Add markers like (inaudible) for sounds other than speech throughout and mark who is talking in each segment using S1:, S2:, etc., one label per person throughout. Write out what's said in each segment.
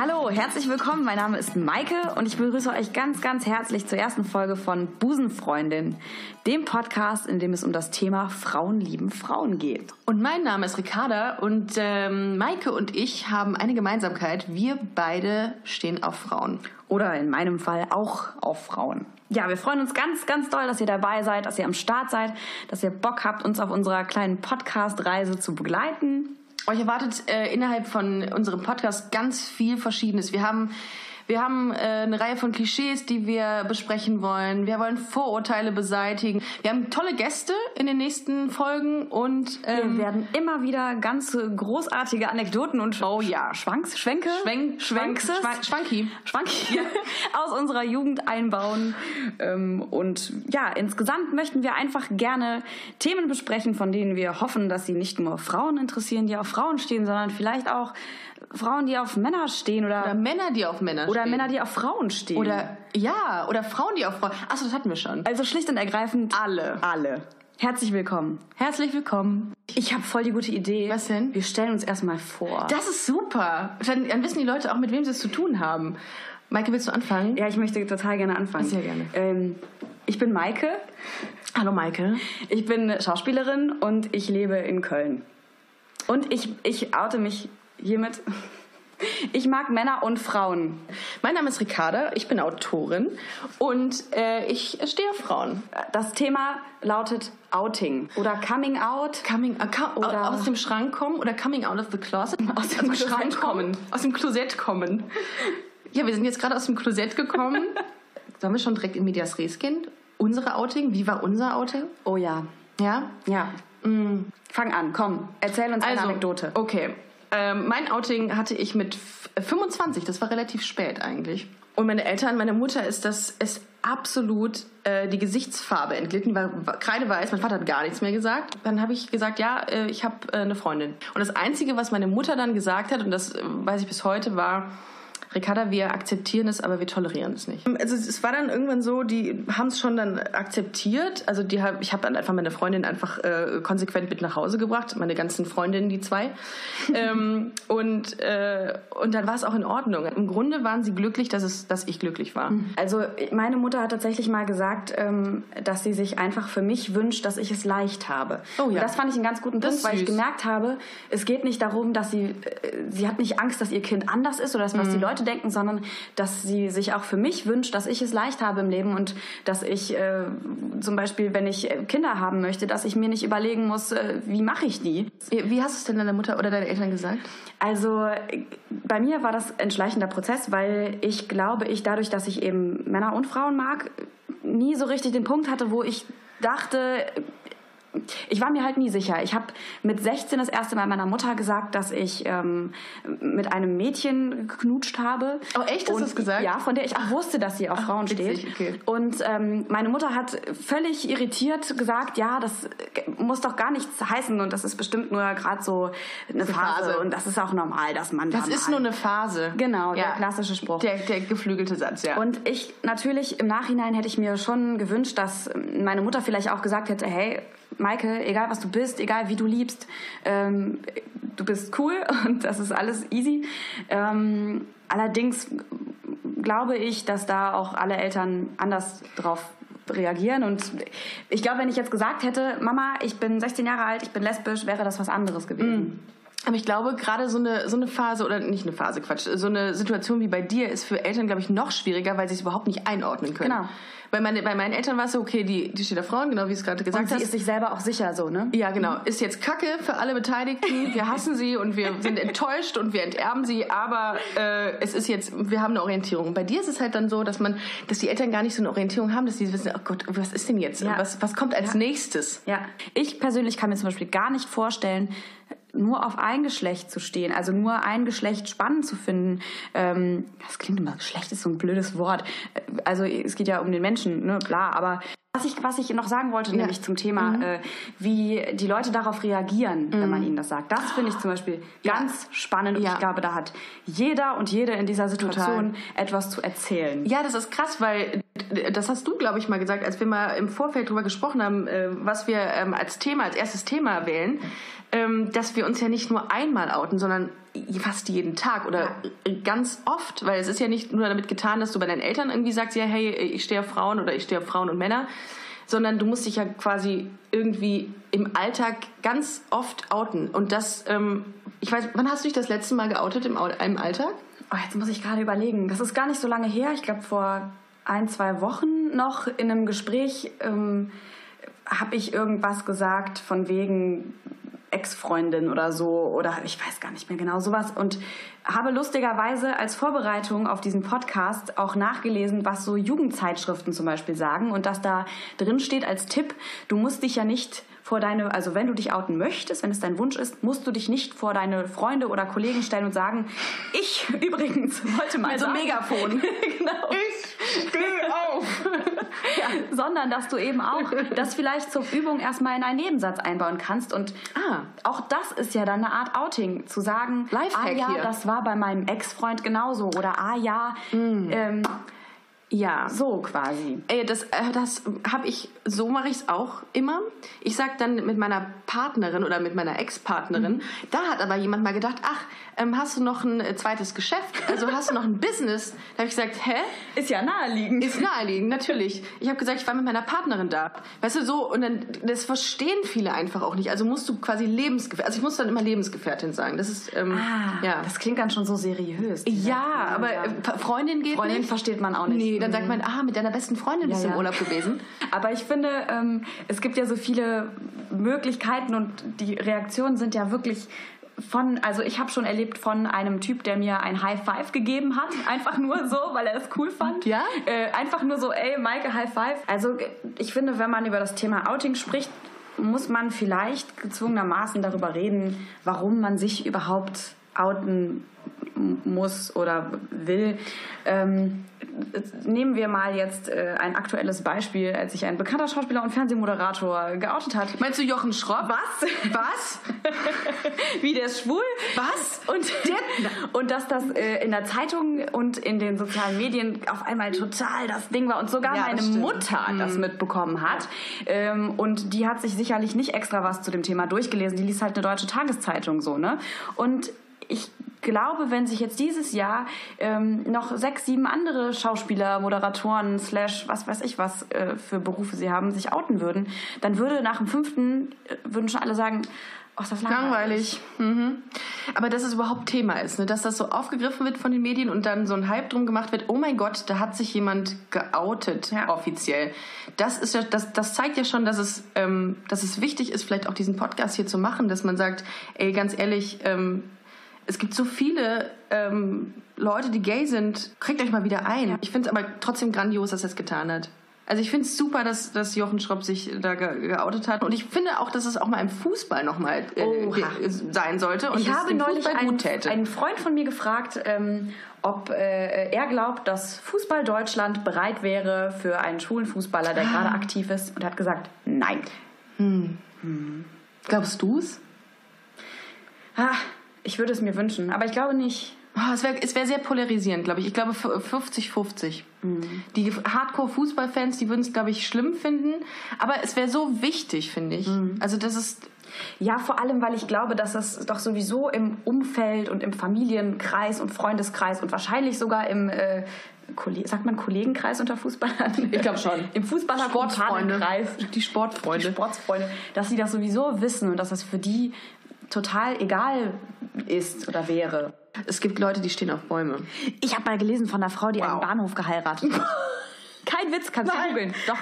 S1: Hallo, herzlich willkommen. Mein Name ist Maike und ich begrüße euch ganz, ganz herzlich zur ersten Folge von Busenfreundin, dem Podcast, in dem es um das Thema Frauen lieben Frauen geht.
S2: Und mein Name ist Ricarda und ähm, Maike und ich haben eine Gemeinsamkeit. Wir beide stehen auf Frauen.
S1: Oder in meinem Fall auch auf Frauen. Ja, wir freuen uns ganz, ganz doll, dass ihr dabei seid, dass ihr am Start seid, dass ihr Bock habt, uns auf unserer kleinen Podcast-Reise zu begleiten.
S2: Euch erwartet äh, innerhalb von unserem Podcast ganz viel Verschiedenes. Wir haben, wir haben äh, eine Reihe von Klischees, die wir besprechen wollen. Wir wollen Vorurteile beseitigen. Wir haben tolle Gäste in den nächsten Folgen und ähm,
S1: Wir werden immer wieder ganz großartige Anekdoten und oh ja, Schwanks, Schwenke,
S2: Schwenk, Schwenk,
S1: Schwanxes?
S2: Schwank, Schwanki.
S1: Schwank (laughs) aus unserer Jugend einbauen. Ähm, und ja, insgesamt möchten wir einfach gerne Themen besprechen, von denen wir hoffen, dass sie nicht nur Frauen interessieren, die auf Frauen stehen, sondern vielleicht auch Frauen, die auf Männer stehen oder,
S2: Oder
S1: oder,
S2: Männer, die auf Männer stehen.
S1: Männer, die auf Frauen stehen.
S2: Oder, ja, oder Frauen, die auf Frauen. Achso, das hatten wir schon.
S1: also schlicht und ergreifend
S2: Alle.
S1: alle. Herzlich willkommen.
S2: Herzlich willkommen.
S1: Ich habe voll die gute Idee.
S2: Was denn?
S1: Wir stellen uns erstmal vor.
S2: Das ist super. Dann, dann wissen die Leute auch, mit wem sie es zu tun haben. Maike, willst du anfangen?
S1: ja, ich möchte total gerne anfangen.
S2: Sehr gerne.
S1: Ähm, ich bin Maike.
S2: Hallo Maike.
S1: Ich bin Schauspielerin und ich lebe in Köln. Und ich, ich oute mich hiermit. (laughs) Ich mag Männer und Frauen.
S2: Mein Name ist Ricarda, ich bin Autorin und äh, ich stehe auf Frauen.
S1: Das Thema lautet Outing oder Coming Out.
S2: Coming äh, co-
S1: Oder-
S2: aus dem Schrank kommen oder coming out of the closet. (laughs) Aus
S1: dem Klosett
S2: kommen. Aus dem Klosett kommen. Ja, wir sind jetzt gerade aus dem Klosett (laughs) gekommen. Sollen wir schon direkt in Medias Res gehen? Unsere Outing? Wie war unser Outing?
S1: Oh ja.
S2: Ja?
S1: Ja. Mm, Fang an, komm. Erzähl uns
S2: Also,
S1: eine Anekdote.
S2: Okay. Ähm, mein Outing hatte ich mit f- 25, das war relativ spät eigentlich. Und meine Eltern, meine Mutter ist das, ist absolut äh, die Gesichtsfarbe entglitten, die war, war kreideweiß. Mein Vater hat gar nichts mehr gesagt. Dann habe ich gesagt, ja, äh, ich habe äh, eine Freundin. Und das Einzige, was meine Mutter dann gesagt hat, und das äh, weiß ich bis heute, war, Ricarda, wir akzeptieren es, aber wir tolerieren es nicht. Also es es war dann irgendwann so, die haben es schon dann akzeptiert. Also die hab, ich habe dann einfach meine Freundin einfach äh, konsequent mit nach Hause gebracht, meine ganzen Freundinnen, die (laughs) zwei. ähm, und, äh, und dann war es auch in Ordnung. Im Grunde waren sie glücklich, dass, es, dass ich glücklich war.
S1: Also meine Mutter hat tatsächlich mal gesagt, ähm, dass sie sich einfach für mich wünscht, dass ich es leicht habe.
S2: Oh ja.
S1: Und das fand ich einen ganz guten
S2: Das
S1: Punkt,
S2: ist
S1: weil ich
S2: süß.
S1: gemerkt habe, es geht nicht darum, dass sie, äh, sie hat nicht Angst, dass ihr Kind anders ist oder dass
S2: Mhm.
S1: was die Leute denken, sondern dass sie sich auch für mich wünscht, dass ich es leicht habe im Leben und dass ich äh, zum Beispiel, wenn ich äh, Kinder haben möchte, dass ich mir nicht überlegen muss, äh, wie mache ich die.
S2: Wie wie hast du es denn deiner Mutter oder deinen Eltern gesagt?
S1: Also äh, bei mir war das ein schleichender Prozess, weil ich glaube, ich dadurch, dass ich eben Männer und Frauen mag, nie so richtig den Punkt hatte, wo ich dachte, ich war mir halt nie sicher. Ich habe mit 16 das erste Mal meiner Mutter gesagt, dass ich ähm, mit einem Mädchen geknutscht habe.
S2: Oh, echt? Hast
S1: Und-
S2: du das gesagt?
S1: Ja, von der ich auch wusste, dass sie auf Frauen
S2: witzig,
S1: steht.
S2: okay.
S1: Und ähm, meine Mutter hat völlig irritiert gesagt, ja, das muss doch gar nichts heißen und das ist bestimmt nur gerade so eine Phase.
S2: Phase.
S1: und das ist auch normal, dass man da
S2: Das ist
S1: mal-
S2: nur eine Phase.
S1: Genau, der klassische Spruch.
S2: Der, der geflügelte Satz, ja.
S1: und ich natürlich im Nachhinein hätte ich mir schon gewünscht, dass meine Mutter vielleicht auch gesagt hätte, hey, Maike, egal was du bist, egal wie du liebst, ähm, du bist cool (laughs) und das ist alles easy. Ähm, allerdings glaube ich, dass da auch alle Eltern anders drauf reagieren und ich glaube, wenn ich jetzt gesagt hätte, Mama, ich bin 16 Jahre alt, ich bin lesbisch, wäre das was anderes
S2: Mhm.
S1: gewesen.
S2: Aber ich glaube, gerade so eine, so eine Phase, oder nicht eine Phase, Quatsch, so eine Situation wie bei dir ist für Eltern, glaube ich, noch schwieriger, weil sie es überhaupt nicht einordnen können.
S1: Genau.
S2: Bei, meine, bei meinen Eltern war es so, okay, die, die steht da Frauen, genau wie es gerade
S1: Und
S2: gesagt
S1: sie
S2: hast.
S1: ist sich selber auch sicher so, ne?
S2: ja, genau. Ist jetzt Kacke für alle
S1: (laughs)
S2: Beteiligten. Wir hassen sie und wir sind enttäuscht und wir enterben sie. Aber äh, es ist jetzt, wir haben eine Orientierung. Bei dir ist es halt dann so, dass man, dass die Eltern gar nicht so eine Orientierung haben, dass sie wissen, oh Gott, was ist denn jetzt?
S1: Ja.
S2: Was, was kommt als nächstes?
S1: Ja, ich persönlich kann mir zum Beispiel gar nicht vorstellen, nur auf ein Geschlecht zu stehen, also nur ein Geschlecht spannend zu finden. Ähm, das klingt immer, Geschlecht ist so ein blödes Wort. Äh, Also es geht ja um den Menschen, ne, klar, aber Was ich, was ich noch sagen wollte, nämlich zum Thema, äh, wie die Leute darauf reagieren, wenn man ihnen das sagt. Das finde ich zum Beispiel ganz spannend und
S2: Ja.
S1: ich glaube, da hat jeder und jede in dieser Situation etwas zu erzählen.
S2: Ja, das ist krass, weil äh, das hast du, glaube ich, mal gesagt, als wir mal im Vorfeld drüber gesprochen haben, äh, was wir ähm, als Thema, als erstes Thema wählen, ähm, dass wir uns ja nicht nur einmal outen, sondern fast jeden Tag oder ganz oft, weil es ist ja nicht nur damit getan, dass du bei deinen Eltern irgendwie sagst, ja, hey, ich stehe auf Frauen oder ich stehe auf Frauen und Männer, sondern du musst dich ja quasi irgendwie im Alltag ganz oft outen. Und das, ähm, ich weiß, wann hast du dich das letzte Mal geoutet im, Au- im Alltag?
S1: Oh, jetzt muss ich gerade überlegen. Das ist gar nicht so lange her. Ich glaube, vor ein, zwei Wochen noch in einem Gespräch ähm, habe ich irgendwas gesagt von wegen Ex-Freundin oder so oder ich weiß gar nicht mehr genau sowas und habe lustigerweise als Vorbereitung auf diesen Podcast auch nachgelesen, was so Jugendzeitschriften zum Beispiel sagen und dass da drin steht als Tipp, du musst dich ja nicht vor deine, also wenn du dich outen möchtest, wenn es dein Wunsch ist, musst du dich nicht vor deine Freunde oder Kollegen stellen und sagen, ich (laughs) übrigens wollte mal
S2: Mit so einem
S1: sagen,
S2: Megafon.
S1: (laughs) genau.
S2: Ich stehe auf!
S1: sondern dass du eben
S2: (laughs)
S1: auch das vielleicht zur Übung erstmal in einen Nebensatz einbauen kannst. Und
S2: Ah.
S1: auch das ist ja dann eine Art Outing, zu sagen,
S2: Lifehack
S1: ah ja,
S2: hier.
S1: das war bei meinem Ex-Freund genauso oder ah ja,
S2: Mm.
S1: ähm,
S2: Ja.
S1: so quasi.
S2: Ey, das, äh, das habe ich, so mache ich es auch immer. Ich sag dann mit meiner Partnerin oder mit meiner Ex-Partnerin, da hat aber jemand mal gedacht, ach, ähm, hast du noch ein äh, zweites Geschäft? Also hast du noch ein Business? Da habe ich gesagt, hä?
S1: Ist ja naheliegend.
S2: Ist naheliegend, natürlich. Ich habe gesagt, ich war mit meiner Partnerin da. Weißt du, so, und dann, das verstehen viele einfach auch nicht. Also musst du quasi Lebensgefährtin, also ich muss dann immer Lebensgefährtin sagen. Das ist, ähm,
S1: ah,
S2: ja.
S1: das klingt dann schon so seriös.
S2: ja, aber äh, Freundin geht
S1: Freundin
S2: nicht.
S1: versteht man auch nicht. Mhm.
S2: Nee, dann sagt man, ah, mit deiner besten Freundin bist du
S1: ja.
S2: im Urlaub gewesen.
S1: Aber ich finde, ähm, es gibt ja so viele Möglichkeiten und die Reaktionen sind ja wirklich von, also ich habe schon erlebt von einem Typ, der mir ein High Five gegeben hat, einfach nur so, weil er es cool fand.
S2: Ja?
S1: Äh, einfach nur so, ey, Maike, High Five. Also ich finde, wenn man über das Thema Outing spricht, muss man vielleicht gezwungenermaßen darüber reden, warum man sich überhaupt outen muss oder will. Ähm, nehmen wir mal jetzt äh, ein aktuelles Beispiel, als sich ein bekannter Schauspieler und Fernsehmoderator geoutet hat.
S2: Meinst du Jochen Schropp? Was? Was?
S1: Wie der ist schwul. (laughs)
S2: Was? (laughs)
S1: Und, und dass das äh, in der Zeitung und in den sozialen Medien auf einmal total das Ding war und sogar
S2: Ja, das
S1: meine
S2: stimmt. Mhm.
S1: Mutter das mitbekommen hat. Ähm, und die hat sich sicherlich nicht extra was zu dem Thema durchgelesen. Die liest halt eine deutsche Tageszeitung so, ne? Und ich glaube, wenn sich jetzt dieses Jahr ähm, noch sechs, sieben andere Schauspieler, Moderatoren, slash was weiß ich was äh, für Berufe sie haben, sich outen würden, dann würde nach dem fünften, äh, würden schon alle sagen, ach, das ist langweilig.
S2: Langweilig. Mhm. Aber dass es überhaupt Thema ist, ne? dass das so aufgegriffen wird von den Medien und dann so ein Hype drum gemacht wird, oh mein Gott, da hat sich jemand geoutet
S1: Ja.
S2: offiziell. Das, ist ja, das, das zeigt ja schon, dass es, ähm, dass es wichtig ist, vielleicht auch diesen Podcast hier zu machen, dass man sagt, ey, ganz ehrlich, ähm, es gibt so viele ähm, Leute, die gay sind, kriegt euch mal wieder ein. Ich finde es aber trotzdem grandios, dass er es getan hat. Also ich finde es super, dass, dass Jochen Schropp sich da ge geoutet hat. Und ich finde auch, dass es auch mal im Fußball nochmal äh,
S1: Oha.
S2: ge- sein sollte. Und
S1: Ich
S2: dass es
S1: habe
S2: dem
S1: neulich
S2: Fußball
S1: einen,
S2: gut täte.
S1: einen Freund von mir gefragt, ähm, ob äh, er glaubt, dass Fußball Deutschland bereit wäre für einen schwulen Fußballer,
S2: Ah.
S1: der gerade aktiv ist. Und er hat gesagt, nein.
S2: Glaubst du es?
S1: Ah, ich würde es mir wünschen, aber ich glaube nicht.
S2: Ah, es wäre es wär sehr polarisierend, glaube ich. Ich glaube f- 50-50.
S1: Mhm.
S2: Die Hardcore-Fußballfans, die würden es, glaube ich, schlimm finden. Aber es wäre so wichtig, finde ich.
S1: Mhm.
S2: Also das ist
S1: Ja, vor allem, weil ich glaube, dass das doch sowieso im Umfeld und im Familienkreis und Freundeskreis und wahrscheinlich sogar im, äh, Kolle- sagt man Kollegenkreis unter Fußballern?
S2: Ich glaube schon.
S1: (laughs) Im Fußballer
S2: Sportfreunde. Die
S1: Die
S2: Sportfreunde.
S1: Sportsfreunde, dass sie das sowieso wissen und dass das für die total egal ist oder wäre.
S2: Es gibt Leute, die stehen auf Bäume.
S1: Ich habe mal gelesen von einer Frau, die
S2: Wow.
S1: einen Bahnhof geheiratet (laughs) hat. Kein Witz, kannst du googeln. Doch.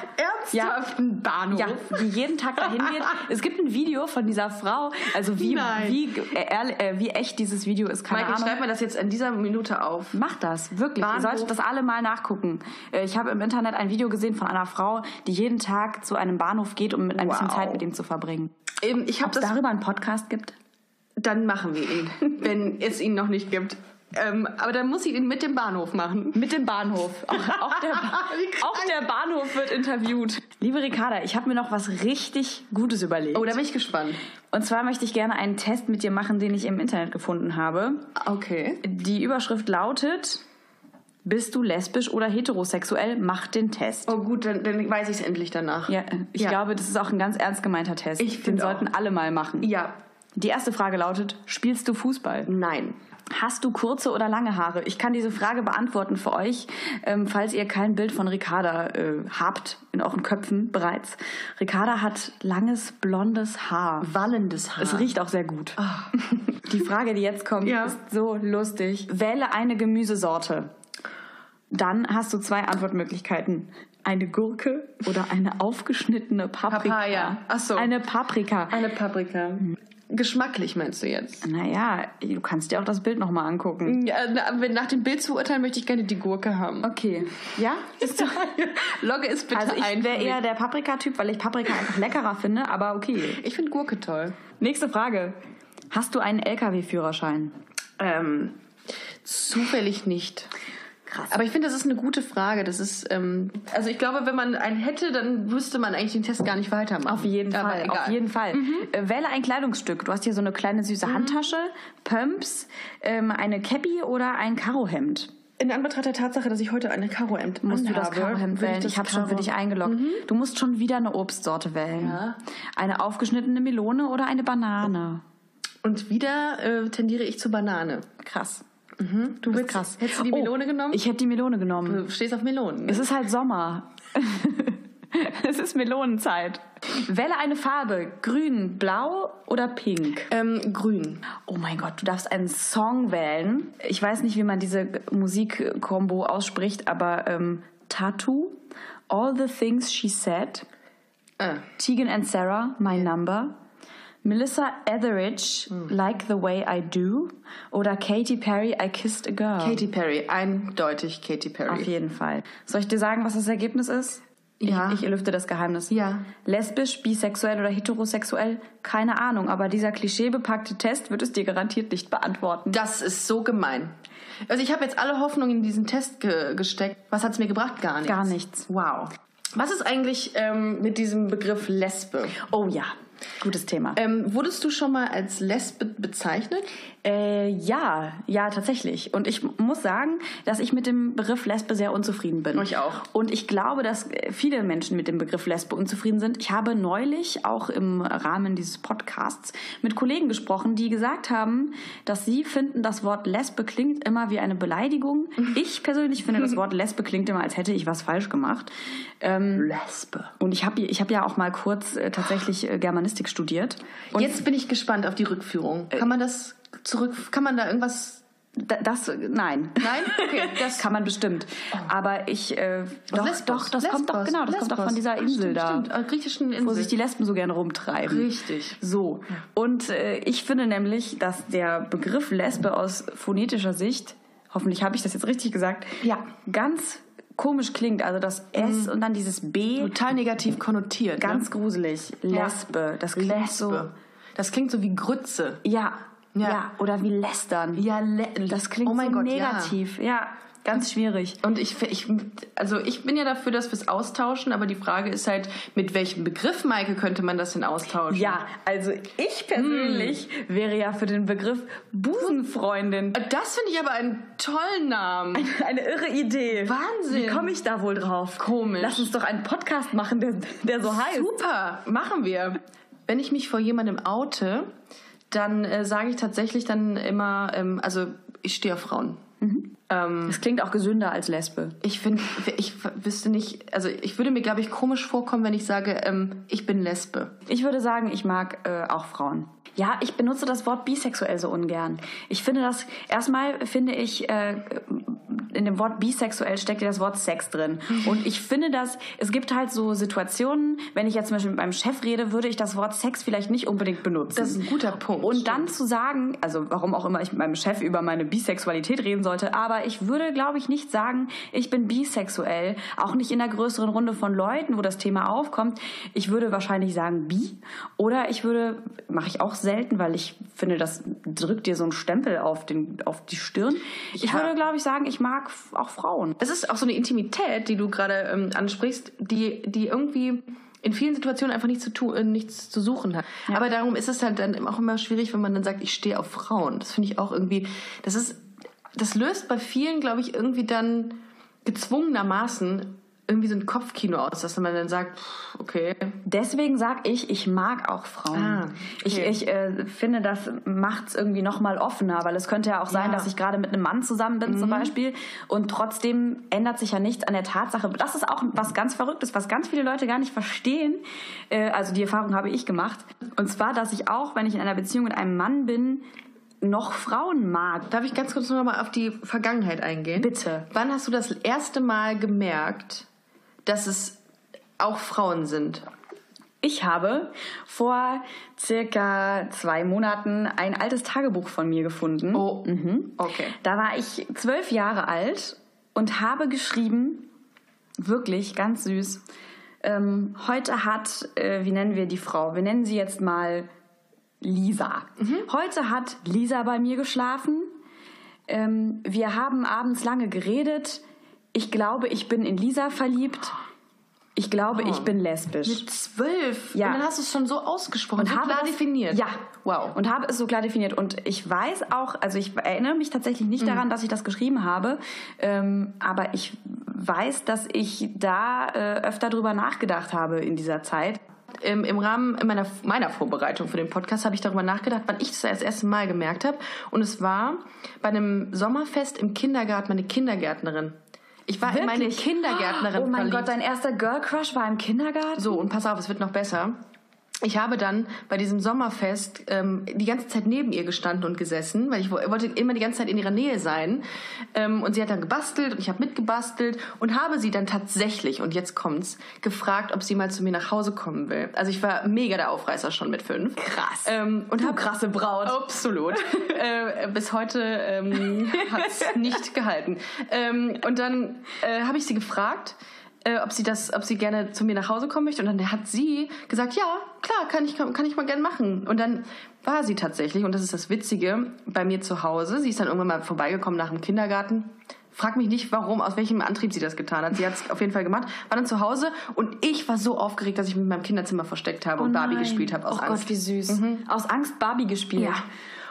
S2: Ernsthaft ein Bahnhof?
S1: Ja, die jeden Tag dahin
S2: (laughs)
S1: geht. Es gibt ein Video von dieser Frau. Also wie,
S2: Nein.
S1: wie, äh, ehrlich- äh, wie echt dieses Video ist, keine
S2: Michael,
S1: Ahnung.
S2: schreib mir das jetzt in dieser Minute auf.
S1: Macht das, wirklich.
S2: Bahnhof.
S1: Ihr solltet das alle mal nachgucken. Äh, Ich habe im Internet ein Video gesehen von einer Frau, die jeden Tag zu einem Bahnhof geht, um ein bisschen
S2: Wow.
S1: Zeit mit ihm zu verbringen.
S2: Ähm, ich habe
S1: Ob es
S2: das. (laughs)
S1: darüber einen Podcast gibt?
S2: Dann machen wir ihn, wenn es ihn noch nicht gibt. Ähm, aber dann muss sie ihn mit dem Bahnhof machen.
S1: Mit dem Bahnhof.
S2: (laughs)
S1: Auch, auch, der, Ba-
S2: Wie krank.
S1: auch der Bahnhof wird interviewt. Liebe Ricarda, ich habe mir noch was richtig Gutes überlegt.
S2: Oh, da bin ich gespannt.
S1: Und zwar möchte ich gerne einen Test mit dir machen, den ich im Internet gefunden habe.
S2: Okay.
S1: Die Überschrift lautet: Bist du lesbisch oder heterosexuell? Mach den Test.
S2: Oh gut, dann, dann weiß ich es endlich danach.
S1: Ja, ich
S2: Ja.
S1: glaube, das ist auch ein ganz ernst gemeinter Test.
S2: Ich
S1: den
S2: find auch.
S1: sollten alle mal machen.
S2: Ja,
S1: Die erste Frage lautet: Spielst du Fußball?
S2: nein.
S1: Hast du kurze oder lange Haare? Ich kann diese Frage beantworten für euch, ähm, falls ihr kein Bild von Ricarda äh, habt, in euren Köpfen bereits. Ricarda hat langes, blondes Haar.
S2: Wallendes Haar. Ah.
S1: Es riecht auch sehr gut. (laughs) Die Frage, die jetzt kommt,
S2: Ja.
S1: ist so lustig. Wähle eine Gemüsesorte. Dann hast du zwei Antwortmöglichkeiten. Eine Gurke oder eine aufgeschnittene Paprika.
S2: Papaya. Ach so.
S1: Eine Paprika.
S2: Eine Paprika. Geschmacklich meinst du jetzt?
S1: Naja, du kannst dir auch das Bild nochmal angucken.
S2: Ja, na, wenn- nach dem Bild zu urteilen möchte ich gerne die Gurke haben.
S1: Okay. Ja? Ist
S2: (laughs)
S1: doch
S2: Logge ist bitte
S1: Also ich
S2: ein.
S1: wäre
S2: für mich.
S1: eher der Paprika-Typ, weil ich Paprika einfach leckerer finde, aber
S2: (laughs)
S1: okay.
S2: ich finde Gurke toll.
S1: Nächste Frage. Hast du einen LKW-Führerschein?
S2: Ähm, zufällig nicht.
S1: Krass.
S2: Aber ich finde, das ist eine gute Frage. Das ist, ähm, also ich glaube, wenn man einen hätte, dann wüsste man eigentlich den Test gar nicht weitermachen.
S1: Auf jeden
S2: Aber
S1: Fall,
S2: Egal. Mhm.
S1: auf jeden Fall. Äh, wähle ein Kleidungsstück. Du hast hier so eine kleine süße Handtasche, Pumps, ähm, eine Cappy oder ein Karohemd.
S2: In Anbetracht der Tatsache, dass ich heute eine Karohemd
S1: Musst du das Karohemd wählen? Ich, habe schon für dich eingeloggt. Du musst schon wieder eine Obstsorte wählen.
S2: Mhm. Ja.
S1: Eine aufgeschnittene Melone oder eine Banane.
S2: Und wieder äh, tendiere ich zur Banane.
S1: Krass.
S2: Du
S1: Das ist
S2: willst-
S1: krass. Oh,
S2: Hättest du die Melone genommen?
S1: Ich hätte die Melone genommen.
S2: du stehst auf Melonen.
S1: Es ist halt Sommer. (laughs) es ist Melonenzeit. Wähle eine Farbe. Grün, blau oder pink?
S2: ähm, grün.
S1: Oh mein Gott, du darfst einen Song wählen. Ich weiß nicht, wie man diese Musikkombo ausspricht, aber ähm, Tattoo, All the Things She Said,
S2: Ah.
S1: Tegan and Sarah, My Number, Melissa Etheridge, Like the Way I Do oder Katy Perry, I Kissed a Girl.
S2: Katy Perry, eindeutig Katy Perry.
S1: Auf jeden Fall. Soll ich dir sagen, was das Ergebnis ist?
S2: Ja.
S1: Ich, ich lüfte das Geheimnis.
S2: Ja.
S1: Lesbisch, bisexuell oder heterosexuell? Keine Ahnung, aber dieser klischeebepackte Test wird es dir garantiert nicht beantworten.
S2: Das ist so gemein. Also ich habe jetzt alle Hoffnungen in diesen Test ge gesteckt. Was hat es mir gebracht? Gar nichts.
S1: Gar nichts.
S2: Wow. Was ist eigentlich ähm, mit diesem Begriff Lesbe?
S1: Oh ja, gutes Thema.
S2: Ähm, wurdest du schon mal als Lesbe bezeichnet?
S1: Äh, ja, ja, tatsächlich. Und ich muss sagen, dass ich mit dem Begriff Lesbe sehr unzufrieden bin.
S2: Ich auch.
S1: Und ich glaube, dass äh, viele Menschen mit dem Begriff Lesbe unzufrieden sind. Ich habe neulich auch im Rahmen dieses Podcasts mit Kollegen gesprochen, die gesagt haben, dass sie finden, das Wort Lesbe klingt immer wie eine
S2: (laughs)
S1: Beleidigung. Ich persönlich finde, das Wort Lesbe klingt immer, als hätte ich was falsch gemacht. Ähm,
S2: Lesbe.
S1: und ich habe ich hab ja auch mal kurz äh, tatsächlich äh, Germanistik studiert. Und Äh.
S2: jetzt bin ich gespannt auf die Rückführung. Kann man das zurück? Kann man da irgendwas?
S1: da- das, nein.
S2: Nein?
S1: (laughs)
S2: Okay, Oh.
S1: Das kann man bestimmt. Aber ich, äh, doch,
S2: Lesbos,
S1: doch, das kommt doch,
S2: Lesbos,
S1: genau, das kommt doch
S2: Lesbos.
S1: von dieser
S2: Ach,
S1: Insel
S2: stimmt,
S1: da,
S2: Stimmt, äh, griechischen Insel.
S1: wo sich die Lesben so gerne rumtreiben.
S2: Richtig.
S1: So. Und äh, ich finde nämlich, dass der Begriff Lesbe aus phonetischer Sicht, hoffentlich habe ich das jetzt richtig gesagt,
S2: Ja. Mhm.
S1: ganz komisch klingt. Also das S und dann dieses B,
S2: total negativ konnotiert. ne?
S1: ganz gruselig.
S2: Ja.
S1: Lesbe, das
S2: ne?
S1: klingt
S2: Lesbe.
S1: so.
S2: Das klingt so wie Grütze.
S1: Ja, ja,
S2: Ja.
S1: oder wie lästern.
S2: Ja, le
S1: Das klingt
S2: oh mein
S1: so
S2: Gott, Ja.
S1: negativ. ja, ganz schwierig.
S2: Und ich, ich, also ich bin ja dafür, dass wir es austauschen, aber die Frage ist halt, mit welchem Begriff, Maike, könnte man das denn austauschen?
S1: Ja, also ich persönlich wäre ja für den Begriff (laughs) Busenfreundin
S2: Das finde ich aber einen tollen Namen.
S1: eine irre Idee.
S2: Wahnsinn.
S1: Wie komme ich da wohl drauf?
S2: Komisch.
S1: Lass uns doch einen Podcast machen, der, der so heißt.
S2: Super, machen wir. Wenn ich mich vor jemandem oute, dann äh, sage ich tatsächlich dann immer, ähm, also ich stehe auf Frauen. Ähm,
S1: Das klingt auch gesünder als Lesbe.
S2: ich finde, ich wüsste nicht, also ich würde mir, glaube ich, komisch vorkommen, wenn ich sage, ähm, ich bin Lesbe.
S1: Ich würde sagen, ich mag äh, auch Frauen. Ja, ich benutze das Wort bisexuell so ungern. Ich finde das, erstmal finde ich, äh, in dem Wort bisexuell steckt ja das Wort Sex drin. Und ich finde das, es gibt halt so Situationen, wenn ich jetzt zum Beispiel mit meinem Chef rede, würde ich das Wort Sex vielleicht nicht unbedingt benutzen.
S2: Das ist ein guter Punkt.
S1: Und dann zu sagen, also warum auch immer ich mit meinem Chef über meine Bisexualität reden sollte, aber ich würde, glaube ich, nicht sagen, ich bin bisexuell. Auch nicht in einer größeren Runde von Leuten, wo das Thema aufkommt. Ich würde wahrscheinlich sagen bi. Oder ich würde, mache ich auch selten, weil ich finde, das drückt dir so einen Stempel auf, den, auf die Stirn. Ich
S2: Ja.
S1: würde, glaube ich, sagen, ich mag f- auch Frauen.
S2: Es ist auch so eine Intimität, die du gerade ähm, ansprichst, die, die irgendwie in vielen Situationen einfach nichts zu tun, äh, nichts zu suchen hat. Aber darum ist es halt dann auch immer schwierig, wenn man dann sagt, ich stehe auf Frauen. Das finde ich auch irgendwie, das ist, das löst bei vielen, glaube ich, irgendwie dann gezwungenermaßen irgendwie so ein Kopfkino aus, dass man dann sagt, pff, okay,
S1: Deswegen sage ich, ich mag auch Frauen.
S2: Ah,
S1: Ich,
S2: okay.
S1: ich äh, finde, das macht es irgendwie nochmal offener, weil es könnte ja auch sein,
S2: Ja. Mhm.
S1: dass ich gerade mit einem Mann zusammen bin zum Beispiel und trotzdem ändert sich ja nichts an der Tatsache. Das ist auch was ganz Verrücktes, was ganz viele Leute gar nicht verstehen. Äh, also die Erfahrung habe ich gemacht. Und zwar, dass ich auch, wenn ich in einer Beziehung mit einem Mann bin, noch Frauen mag.
S2: darf ich ganz kurz nochmal auf die Vergangenheit eingehen?
S1: Bitte.
S2: Wann hast du das erste Mal gemerkt, dass es auch Frauen sind?
S1: Ich habe vor circa zwei Monaten ein altes Tagebuch von mir gefunden.
S2: Oh, okay.
S1: Da war ich zwölf Jahre alt und habe geschrieben, wirklich ganz süß. Ähm, heute hat, äh, wie nennen wir die Frau? Wir nennen sie jetzt mal Lisa.
S2: Mhm.
S1: Heute hat Lisa bei mir geschlafen. Ähm, wir haben abends lange geredet. Ich glaube, ich bin in Lisa verliebt. Ich glaube, ich bin lesbisch.
S2: Ah. Mit zwölf?
S1: Ja.
S2: Und dann hast du es schon so ausgesprochen, so klar
S1: das-
S2: definiert.
S1: Ja,
S2: Wow.
S1: Und habe es so klar definiert. Und ich weiß auch, also ich erinnere mich tatsächlich
S2: Mhm.
S1: nicht daran, dass ich das geschrieben habe, ähm, aber ich weiß, dass ich da äh, öfter drüber nachgedacht habe in dieser Zeit.
S2: Im, ähm, Im Rahmen meiner, meiner Vorbereitung für den Podcast habe ich darüber nachgedacht, wann ich das das erste Mal gemerkt habe. Und es war bei einem Sommerfest im Kindergarten, meine Kindergärtnerin. Ich war in meine
S1: Wirklich?
S2: Kindergärtnerin
S1: Oh mein
S2: verliebt.
S1: Gott, dein erster Girl Crush war im Kindergarten?
S2: So, und pass auf, es wird noch besser. Ich habe dann bei diesem Sommerfest ähm, die ganze Zeit neben ihr gestanden und gesessen, weil ich wo- wollte immer die ganze Zeit in ihrer Nähe sein. Ähm, und sie hat dann gebastelt und ich habe mitgebastelt und habe sie dann tatsächlich, und jetzt kommt's, gefragt, ob sie mal zu mir nach Hause kommen will. Also ich war mega der Aufreißer schon mit fünf.
S1: Krass.
S3: Äh,
S2: Ähm, und habe
S1: krasse Braut.
S2: Absolut. (laughs) äh, bis heute
S1: (laughs)
S2: ähm, hat es nicht gehalten. Ähm, und dann äh, habe ich sie gefragt, äh, ob sie das, ob sie gerne zu mir nach Hause kommen möchte. Und dann hat sie gesagt, ja, klar, kann ich, kann ich mal gern machen. Und dann war sie tatsächlich, und das ist das Witzige, bei mir zu Hause. Sie ist dann irgendwann mal vorbeigekommen nach dem Kindergarten. Frag mich nicht, warum, aus welchem Antrieb sie das getan hat. Sie hat es auf jeden Fall gemacht, war dann zu Hause und ich war so aufgeregt, dass ich mich in meinem Kinderzimmer versteckt habe und Barbie
S1: Oh nein.
S2: gespielt habe aus
S1: oh
S2: Angst. Mhm.
S1: Gott, wie süß. Aus Angst Barbie gespielt.
S2: Ja.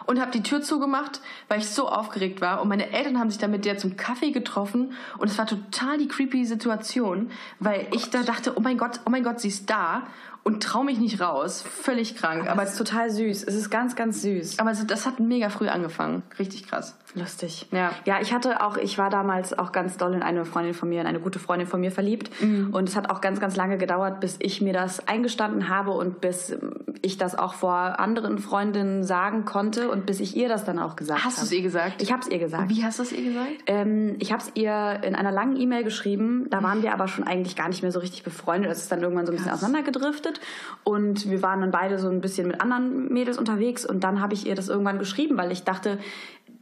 S2: Und habe die Tür zugemacht, weil ich so aufgeregt war. Und meine Eltern haben sich dann mit der zum Kaffee getroffen. Und es war total die creepy Situation, weil ich da dachte, oh mein Gott, oh mein Gott, sie ist da. Und trau mich nicht raus. Völlig krank.
S1: Aber
S2: Aber,
S1: es ist total süß. Es ist ganz, ganz süß.
S2: aber das hat mega früh angefangen. Richtig krass.
S1: Lustig.
S2: Ja.
S1: ja, ich hatte auch, ich war damals auch ganz doll in eine Freundin von mir, in eine gute Freundin von mir verliebt.
S2: Mhm.
S1: Und es hat auch ganz, ganz lange gedauert, bis ich mir das eingestanden habe und bis ähm, ich das auch vor anderen Freundinnen sagen konnte und bis ich ihr das dann auch gesagt habe.
S2: Hast du es ihr gesagt?
S1: Ich habe es ihr gesagt.
S2: Wie hast du es ihr gesagt?
S1: Ähm, ich habe es ihr in einer langen E-Mail geschrieben. Da waren wir aber schon eigentlich gar nicht mehr so richtig befreundet. Es ist dann irgendwann so ein bisschen auseinandergedriftet. Und wir waren dann beide so ein bisschen mit anderen Mädels unterwegs. Und dann habe ich ihr das irgendwann geschrieben, weil ich dachte,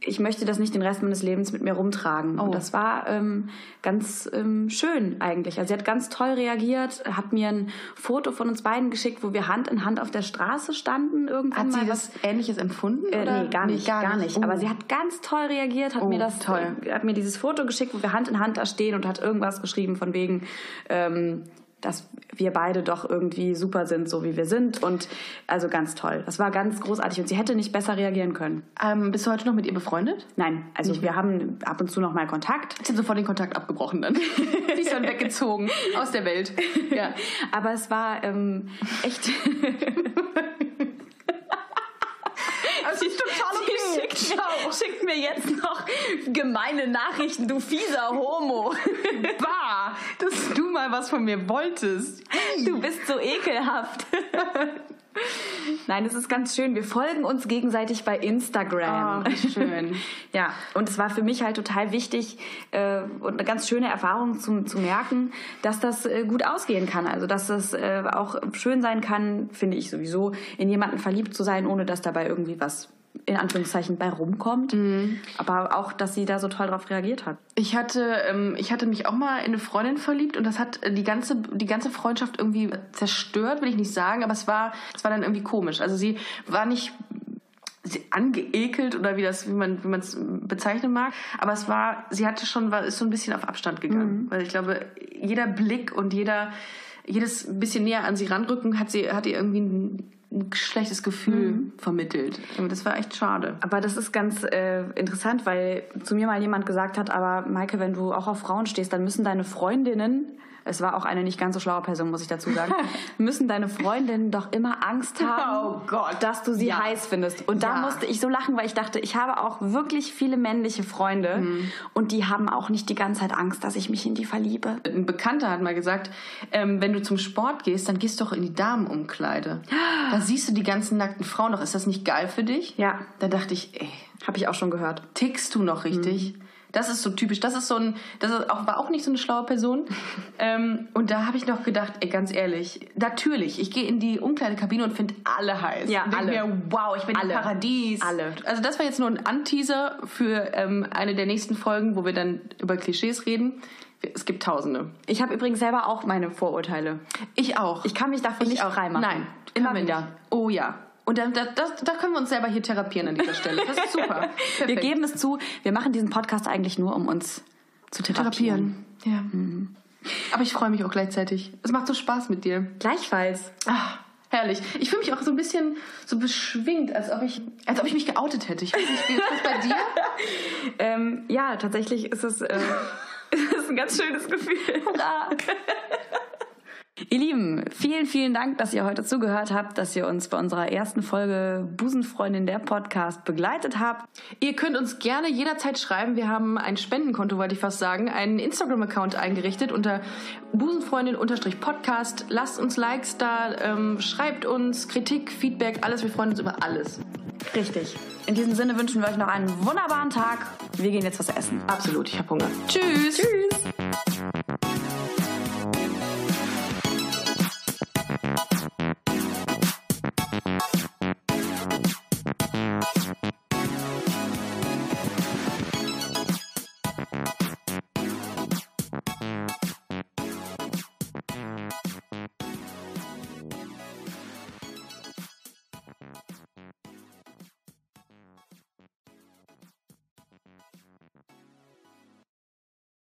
S1: ich möchte das nicht den Rest meines Lebens mit mir rumtragen.
S2: Oh.
S1: Und das war ähm, ganz ähm, schön eigentlich. Also sie hat ganz toll reagiert, hat mir ein Foto von uns beiden geschickt, wo wir Hand in Hand auf der Straße standen. Irgendwann
S2: Hat
S1: mal
S2: sie
S1: was
S2: was Ähnliches empfunden?
S1: äh,
S2: oder?
S1: Nee, gar nicht, gar, nicht.
S2: Oh.
S1: Aber sie hat ganz toll reagiert, hat
S2: Oh,
S1: mir das,
S2: toll.
S1: äh, hat mir dieses Foto geschickt, wo wir Hand in Hand da stehen und hat irgendwas geschrieben von wegen, ähm, dass wir beide doch irgendwie super sind, so wie wir sind und also ganz toll. Das war ganz großartig und sie hätte nicht besser reagieren können.
S2: ähm, bist du heute noch mit ihr befreundet?
S1: Nein, also wir haben ab und zu noch mal Kontakt.
S2: Ich habe sofort den Kontakt abgebrochen dann. (laughs) sie ist dann weggezogen. Aus der Welt.
S1: (laughs)
S2: Ja.
S1: Aber es war ähm, echt. (laughs)
S2: Also,
S1: (laughs)
S2: ist total
S1: Sie schickt, mir, schickt mir jetzt noch gemeine Nachrichten, du fieser Homo. (laughs) Ah,
S2: Bah, dass du mal was von mir wolltest. (laughs)
S1: Du bist so ekelhaft. Nein, es ist ganz schön. Wir folgen uns gegenseitig bei Instagram.
S2: Oh, wie schön.
S1: (laughs) ja, und es war für mich halt total wichtig äh, und eine ganz schöne Erfahrung zum, zu merken, dass das äh, gut ausgehen kann. Also, dass das äh, auch schön sein kann, finde ich sowieso, in jemanden verliebt zu sein, ohne dass dabei irgendwie was in Anführungszeichen bei rumkommt.
S2: Mhm.
S1: Aber auch, dass sie da so toll drauf reagiert hat.
S2: Ich hatte, ähm, ich hatte mich auch mal in eine Freundin verliebt und das hat äh, die ganze, die ganze Freundschaft irgendwie zerstört, will ich nicht sagen, aber es war, es war dann irgendwie komisch. Also sie war nicht sie angeekelt oder wie das, wie man, wie man es bezeichnen mag, aber es war, sie hatte schon, war, ist so ein bisschen auf Abstand gegangen, weil ich glaube, jeder Blick und jeder, jedes bisschen näher an sie ranrücken hat sie, hat ihr irgendwie ein, ein schlechtes Gefühl vermittelt. Und das war echt schade.
S1: Aber das ist ganz äh, interessant, weil zu mir mal jemand gesagt hat, aber Maike, wenn du auch auf Frauen stehst, dann müssen deine Freundinnen, es war auch eine nicht ganz so schlaue Person, muss ich dazu
S2: (laughs)
S1: sagen, müssen deine Freundinnen doch immer Angst haben,
S2: Oh Gott.
S1: dass du sie
S2: Ja.
S1: heiß findest. Und da
S2: Ja.
S1: musste ich so lachen, weil ich dachte, ich habe auch wirklich viele männliche Freunde
S2: Mhm.
S1: und die haben auch nicht die ganze Zeit Angst, dass ich mich in die verliebe.
S2: Ein Bekannter hat mal gesagt, ähm, wenn du zum Sport gehst, dann gehst doch in die Damenumkleide.
S1: (gasps)
S2: Da siehst du die ganzen nackten Frauen noch. Ist das nicht geil für dich?
S1: Ja.
S2: Da dachte ich, ey,
S1: Habe ich auch schon gehört.
S2: tickst du noch
S1: Mhm.
S2: richtig? Das ist so typisch. Das ist so ein, das ist auch, war auch nicht so eine schlaue
S1: (laughs)
S2: Person. ähm, und da habe ich noch gedacht, ey, ganz ehrlich, natürlich, ich gehe in die Umkleidekabine und finde alle heiß.
S1: Ja,
S2: und denk
S1: alle.
S2: Mir, wow, ich bin
S1: Alle.
S2: im Paradies.
S1: Alle.
S2: Also das war jetzt nur ein Anteaser für ähm, eine der nächsten Folgen, wo wir dann über Klischees reden. Es gibt Tausende.
S1: Ich habe übrigens selber auch meine Vorurteile.
S2: Ich auch.
S1: Ich kann mich davon nicht
S2: auch
S1: freimachen.
S2: Nein,
S1: immer
S2: kann man
S1: wieder.
S2: nicht. Oh ja. Und dann, da, das, da können wir uns selber hier therapieren an dieser Stelle. Das
S1: (laughs)
S2: ist super. Perfekt.
S1: Wir geben es zu, wir machen diesen Podcast eigentlich nur, um uns zu therapieren. Mhm.
S2: therapieren. Ja. Aber ich freue mich auch gleichzeitig. Es macht so Spaß mit dir.
S1: Gleichfalls.
S2: Ah, herrlich. Ich fühle mich auch so ein bisschen so beschwingt, als ob ich, als ob ich mich geoutet hätte. Ich weiß nicht, wie ist das bei dir?
S1: Ähm, ja, tatsächlich ist es, äh, (laughs) es ist ein ganz schönes Gefühl. (laughs) Ihr Lieben, vielen, vielen Dank, dass ihr heute zugehört habt, dass ihr uns bei unserer ersten Folge Busenfreundin der Podcast begleitet habt.
S2: Ihr könnt uns gerne jederzeit schreiben. Wir haben ein Spendenkonto, wollte ich fast sagen, einen Instagram-Account eingerichtet unter busenfreundin-podcast. Lasst uns Likes da, ähm, schreibt uns Kritik, Feedback, alles. Wir freuen uns über alles.
S1: Richtig. In diesem Sinne wünschen wir euch noch einen wunderbaren Tag. Wir gehen jetzt was essen.
S2: Absolut, ich habe Hunger. Tschüss. Tschüss.